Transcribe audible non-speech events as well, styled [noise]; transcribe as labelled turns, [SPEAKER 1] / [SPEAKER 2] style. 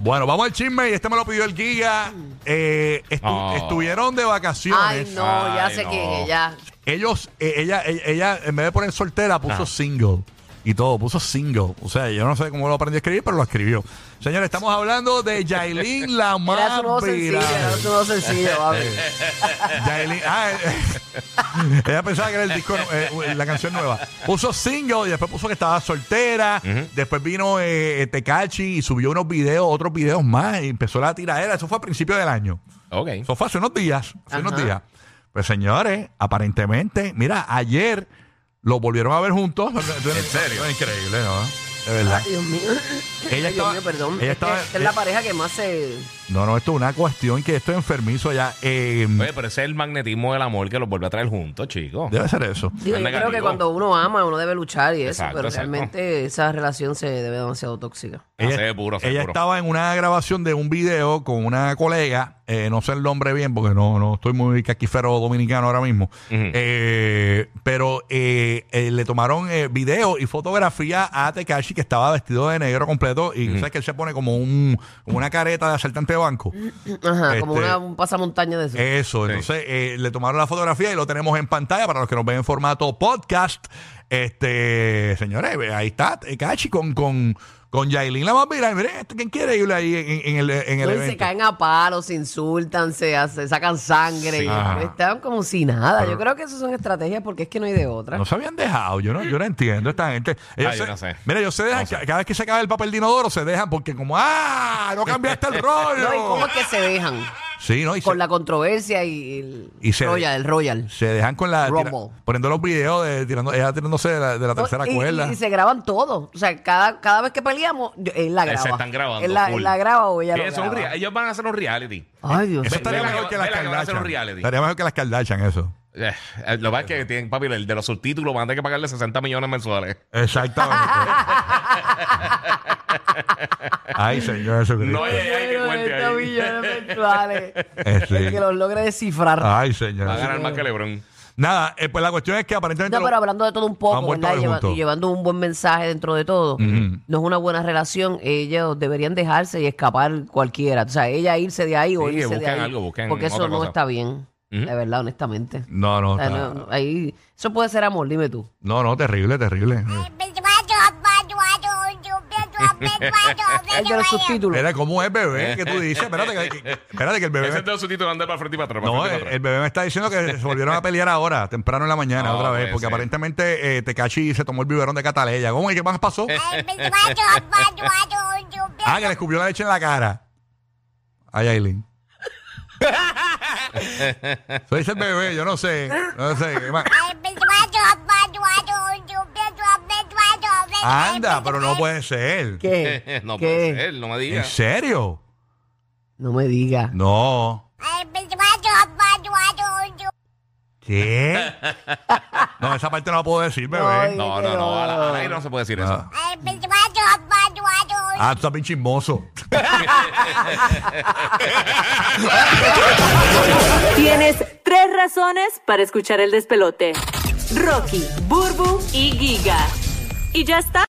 [SPEAKER 1] Bueno, vamos al chisme y este me lo pidió el guía. Eh, estu-
[SPEAKER 2] Oh.
[SPEAKER 1] Estuvieron de
[SPEAKER 3] Ay,
[SPEAKER 1] vacaciones.
[SPEAKER 3] no,
[SPEAKER 2] Ay,
[SPEAKER 3] ya sé
[SPEAKER 2] no.
[SPEAKER 3] quién es, ya.
[SPEAKER 1] Ellos, eh, ella, ella, ella, en vez de poner soltera, puso
[SPEAKER 2] Ah.
[SPEAKER 1] single y todo, puso single. O sea, yo no sé cómo lo aprendí a escribir, pero lo escribió. Señores, estamos hablando de Yailin la
[SPEAKER 3] Era
[SPEAKER 1] más
[SPEAKER 3] su nuevo sencillo,
[SPEAKER 1] viral.
[SPEAKER 3] era su
[SPEAKER 1] [laughs]
[SPEAKER 3] nuevo sencillo, papi.
[SPEAKER 1] Yailin, ah, eh, [laughs] ella pensaba que era el disco, eh, la canción nueva. Puso single y después puso que estaba soltera. Después vino eh, Tecachi y subió unos videos, otros videos más y empezó la tiradera. Eso fue a principios del año.
[SPEAKER 2] Ok.
[SPEAKER 1] Eso fue hace unos días. Hace unos
[SPEAKER 3] Ajá.
[SPEAKER 1] días. Pues señores, aparentemente, mira, ayer los volvieron a ver juntos. [laughs] ¿En serio? increíble, ¿no? De verdad.
[SPEAKER 3] Dios mío.
[SPEAKER 1] Ella
[SPEAKER 3] Ay, Dios
[SPEAKER 1] estaba-
[SPEAKER 3] mío, perdón.
[SPEAKER 1] ella
[SPEAKER 3] Es que
[SPEAKER 1] estaba-
[SPEAKER 3] esta es la pareja que más se.
[SPEAKER 1] No, no, esto es una cuestión que esto es enfermizo ya. Eh,
[SPEAKER 2] Oye, pero ese es el magnetismo del amor que los vuelve a traer juntos, chicos.
[SPEAKER 1] debe ser eso.
[SPEAKER 3] Digo, yo
[SPEAKER 2] Anda,
[SPEAKER 3] creo que
[SPEAKER 2] amigo.
[SPEAKER 1] oh.
[SPEAKER 3] cuando uno ama, uno debe luchar y eso,
[SPEAKER 2] Exacto,
[SPEAKER 3] pero
[SPEAKER 2] exacto.
[SPEAKER 3] realmente esa relación se debe demasiado tóxica. [clears throat]
[SPEAKER 2] Ah, se ve puro, se ve
[SPEAKER 1] ella
[SPEAKER 2] puro.
[SPEAKER 1] estaba en una grabación de un video con una colega, eh, no sé el nombre bien porque no, no estoy muy caquifero dominicano ahora mismo, Eh, pero eh, eh, le tomaron eh, video y fotografía a Tekashi que estaba vestido de negro completo y sabes que él se pone como, un, como una careta de asaltante de banco.
[SPEAKER 3] Ajá, como
[SPEAKER 1] Este-
[SPEAKER 3] una, un pasamontaña de eso.
[SPEAKER 1] Eso,
[SPEAKER 2] Sí.
[SPEAKER 1] entonces eh, le tomaron la fotografía y lo tenemos en pantalla para los que nos ven en formato podcast. Este, señores, ve, ahí está Tekashi con, con, con Yailin la más viral. Miren, este, ¿quién quiere irle ahí en, en el, en el
[SPEAKER 3] No, y
[SPEAKER 1] evento?
[SPEAKER 3] se caen a palos, se insultan, se, hace- sacan sangre,
[SPEAKER 2] Sí.
[SPEAKER 3] y
[SPEAKER 1] Ajá.
[SPEAKER 3] están como si nada.
[SPEAKER 1] Pero-
[SPEAKER 3] yo creo que esas son estrategias porque es que no hay de otra.
[SPEAKER 1] No se habían dejado, yo no, yo no entiendo esta gente. Ellos
[SPEAKER 2] Ah, yo
[SPEAKER 1] se-
[SPEAKER 2] no sé.
[SPEAKER 1] Mira, ellos se dejan,
[SPEAKER 2] No sé.
[SPEAKER 1] ca- cada vez que se acaba el papel de inodoro, se dejan porque como, ¡ah! No cambiaste
[SPEAKER 2] [laughs]
[SPEAKER 1] el rollo.
[SPEAKER 3] No, ¿y cómo es que se dejan?
[SPEAKER 1] Sí, ¿no? Y
[SPEAKER 3] Con
[SPEAKER 1] se,
[SPEAKER 3] la controversia y el
[SPEAKER 1] Y se-
[SPEAKER 3] Royal, el Royal.
[SPEAKER 1] se dejan con la... tira-
[SPEAKER 3] Rumble.
[SPEAKER 1] poniendo los videos de tirando, ella tirándose de la, de la tercera
[SPEAKER 3] y,
[SPEAKER 1] cuerda.
[SPEAKER 3] y- y se graban todo. O sea, cada, cada vez que peleamos, yo- él la
[SPEAKER 2] Eh,
[SPEAKER 3] graba.
[SPEAKER 2] Se están grabando.
[SPEAKER 3] Él la,
[SPEAKER 2] full.
[SPEAKER 3] él la graba o ella
[SPEAKER 2] Eh,
[SPEAKER 3] lo
[SPEAKER 2] son
[SPEAKER 3] graba.
[SPEAKER 2] rea- Ellos van a hacer un reality.
[SPEAKER 3] Ay, Dios
[SPEAKER 1] eso
[SPEAKER 2] [laughs] Ve-
[SPEAKER 1] estaría
[SPEAKER 2] ve la
[SPEAKER 1] mejor
[SPEAKER 2] que-
[SPEAKER 1] que las
[SPEAKER 2] ve la que van a hacer un
[SPEAKER 1] Kardashian.
[SPEAKER 2] reality.
[SPEAKER 1] Estaría mejor que las Kardashian, eso.
[SPEAKER 2] Eh, eh, lo que pasa es que tienen, papi, el de los subtítulos van a tener que pagarle 60 millones mensuales. [laughs]
[SPEAKER 1] Exactamente. Ay, señor Jesucristo.
[SPEAKER 2] No, eh. Ay, qué
[SPEAKER 3] Pero
[SPEAKER 2] cuente
[SPEAKER 3] estos
[SPEAKER 2] ahí.
[SPEAKER 3] millones
[SPEAKER 1] [laughs]
[SPEAKER 3] mensuales.
[SPEAKER 1] Eh,
[SPEAKER 2] [laughs]
[SPEAKER 1] sí. Ah.
[SPEAKER 3] Que los logre descifrar.
[SPEAKER 1] Ay, señor.
[SPEAKER 2] Va a ganar más que Lebron.
[SPEAKER 1] Nada, eh, pues la cuestión es que aparentemente...
[SPEAKER 3] No,
[SPEAKER 1] lo-
[SPEAKER 3] pero hablando de todo un poco,
[SPEAKER 1] Han vuelto
[SPEAKER 3] ¿verdad?
[SPEAKER 1] a ver
[SPEAKER 3] Y lleva-
[SPEAKER 1] juntos.
[SPEAKER 3] y llevando un buen mensaje dentro de todo, no es una buena relación. Ellos deberían dejarse y escapar cualquiera. O sea, ella irse de ahí o
[SPEAKER 2] Sí,
[SPEAKER 3] irse de
[SPEAKER 2] busquen
[SPEAKER 3] ahí.
[SPEAKER 2] algo, busquen
[SPEAKER 3] porque eso
[SPEAKER 2] otra
[SPEAKER 3] no
[SPEAKER 2] cosa.
[SPEAKER 3] está bien,
[SPEAKER 2] Ujú.
[SPEAKER 3] de verdad, honestamente.
[SPEAKER 1] No, no,
[SPEAKER 3] O sea,
[SPEAKER 1] está-
[SPEAKER 3] Ah, no, ahí, eso puede ser amor, dime tú.
[SPEAKER 1] no, no, terrible, terrible.
[SPEAKER 3] El de los subtítulos.
[SPEAKER 1] Mira, ¿cómo es bebé? que tú
[SPEAKER 2] [laughs]
[SPEAKER 1] dices? Espérate que, que- espérate que el bebé...
[SPEAKER 2] Ese es de
[SPEAKER 1] me-
[SPEAKER 2] los subtítulos van a andar para frente y para atrás. para
[SPEAKER 1] No,
[SPEAKER 2] frente y
[SPEAKER 1] el,
[SPEAKER 2] para
[SPEAKER 1] el
[SPEAKER 2] atrás.
[SPEAKER 1] bebé me está diciendo que se volvieron a pelear ahora, temprano en la mañana,
[SPEAKER 2] [laughs] No,
[SPEAKER 1] otra vez,
[SPEAKER 2] puede
[SPEAKER 1] porque
[SPEAKER 2] ser.
[SPEAKER 1] aparentemente eh, Tecachi se tomó el biberón de Cataleya. ¿Cómo es? ¿Qué más
[SPEAKER 2] [laughs]
[SPEAKER 1] pasó? Ah, que le escupió la leche en la cara. Ay, Aileen. Eso dice el bebé, yo no sé. No sé. ¿qué más? Anda, pero no puede ser.
[SPEAKER 3] ¿Qué?
[SPEAKER 2] [laughs] no
[SPEAKER 3] ¿Qué?
[SPEAKER 2] puede ser, no me
[SPEAKER 1] ¿En
[SPEAKER 2] digas.
[SPEAKER 1] serio?
[SPEAKER 3] No me digas.
[SPEAKER 1] No. ¿Qué? No, esa parte no la puedo decir, bebé.
[SPEAKER 3] No,
[SPEAKER 2] No,
[SPEAKER 3] que
[SPEAKER 2] no, no. a la-
[SPEAKER 3] no.
[SPEAKER 2] al aire no se puede decir
[SPEAKER 1] Ah,
[SPEAKER 2] eso.
[SPEAKER 1] ah, tú estás bien chismoso.
[SPEAKER 4] Tienes tres razones para escuchar el despelote. Rocky, Burbu y Giga. Y ya está.